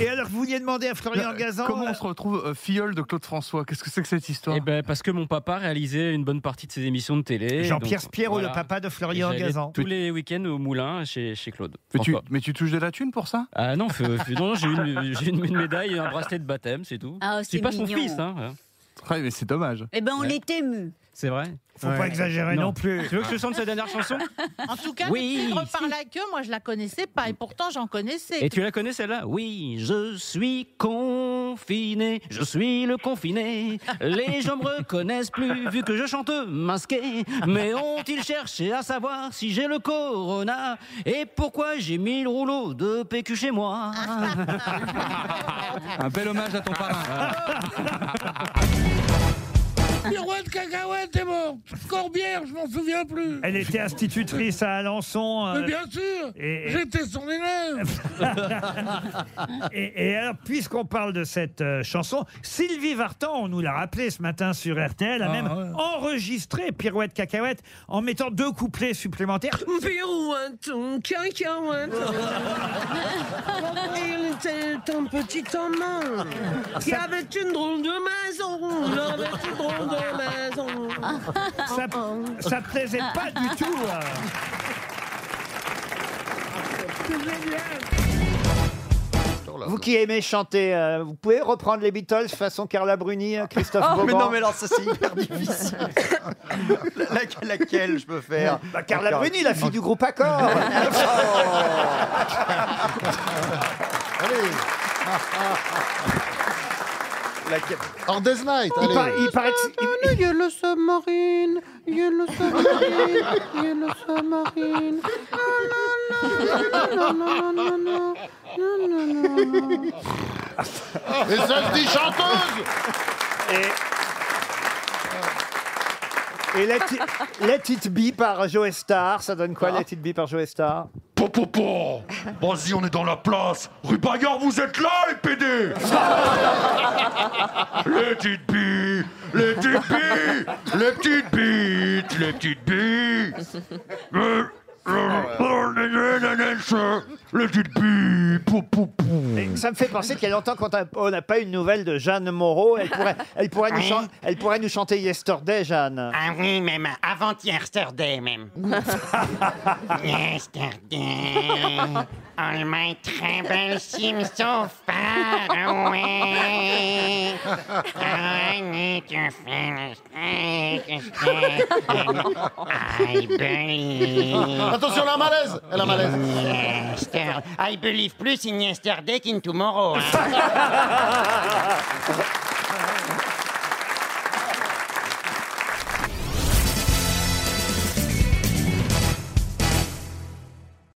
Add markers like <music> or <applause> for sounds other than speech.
Et alors, vous vouliez demander à Florian Euh, Gazan Comment on se retrouve euh, filleul de Claude François Qu'est-ce que c'est que cette histoire Eh ben, parce que mon papa réalisait une bonne partie de ses émissions de télé. Jean-Pierre donc, Spiro, voilà. le papa de Et Florian j'allais Gazan. Tous les week-ends au moulin chez, chez Claude. mais tu, François. mais tu touches de la thune pour ça Ah non, feu- feu- non j'ai une, j'ai une, une médaille et un bracelet de baptême, c'est tout. Ah, c'est c'est pas son mignon. fils, hein. Ouais, mais c'est dommage. Eh ben, on Ouais. est ému. C'est vrai. Faut pas exagérer non, Non. plus. Tu veux que je chante sa dernière chanson En tout cas, Oui, le tigre si. par la queue, moi je la connaissais pas et pourtant j'en connaissais. Et tu la connais celle-là Oui, je suis confiné, je suis le confiné. Les gens me reconnaissent plus vu que je chante masqué. Mais ont-ils cherché à savoir si j'ai le corona et pourquoi j'ai mis le rouleau de PQ <laughs> chez moi Un bel hommage à ton parrain. Pirouette, cacahuète est mort. Corbière, je m'en souviens plus. Elle était institutrice à Alençon. euh, Mais bien sûr, et- et- j'étais son élève. Et, et alors, puisqu'on parle de cette euh, chanson, Sylvie Vartan, on nous l'a rappelé ce matin sur RTL, Ah, a même ouais. enregistré Pirouette Cacahuète en mettant deux couplets supplémentaires. Pirouaton, cacahuaton. Il était un petit homme Ah, qui avait une <laughs> drôle de maison. Il avait une drôle de maison. Ah. Ça, ça plaisait pas du tout. euh. Vous qui aimez chanter, euh, vous pouvez reprendre les Beatles façon Carla Bruni, euh, Christophe Beaugrand Ah, Mais non, mais alors ça c'est hyper <laughs> difficile. La- laquelle je peux faire Bah, Carla Bruni, la fille du groupe Accord Laquelle En Death Night, Il, allez. par- il paraît que c'est- il- Yellow submarine, yellow submarine, yellow submarine. Non, non, non, non, non, non, non, non, non, non. Et ça se dit chanteuse Et Let It, Let It Be par Joe Star, ça donne quoi Let It Be par Joe Star Po, po, po. Vas-y, on est dans la place. Rue Bayard, vous êtes là, les PD Les petites billes, les petites billes, les petites billes, les petites billes. Euh, oh, Le- le- Les petites billes, pou, pou, pou. Et Ça me fait penser qu'il y a longtemps qu'on a- on n'a pas eu de nouvelles de Jeanne Moreau. Elle pourrait, elle pourrait, nous, chan- elle pourrait nous chanter Yesterday, Jeanne. Ah oui, même avant-yesterday, même. yesterday, all my troubles seem so far away. I need to finish yesterday, and I believe. Attention, elle a un malaise Elle a un malaise. Yester, I believe plus in yesterday qu'in tomorrow. hein.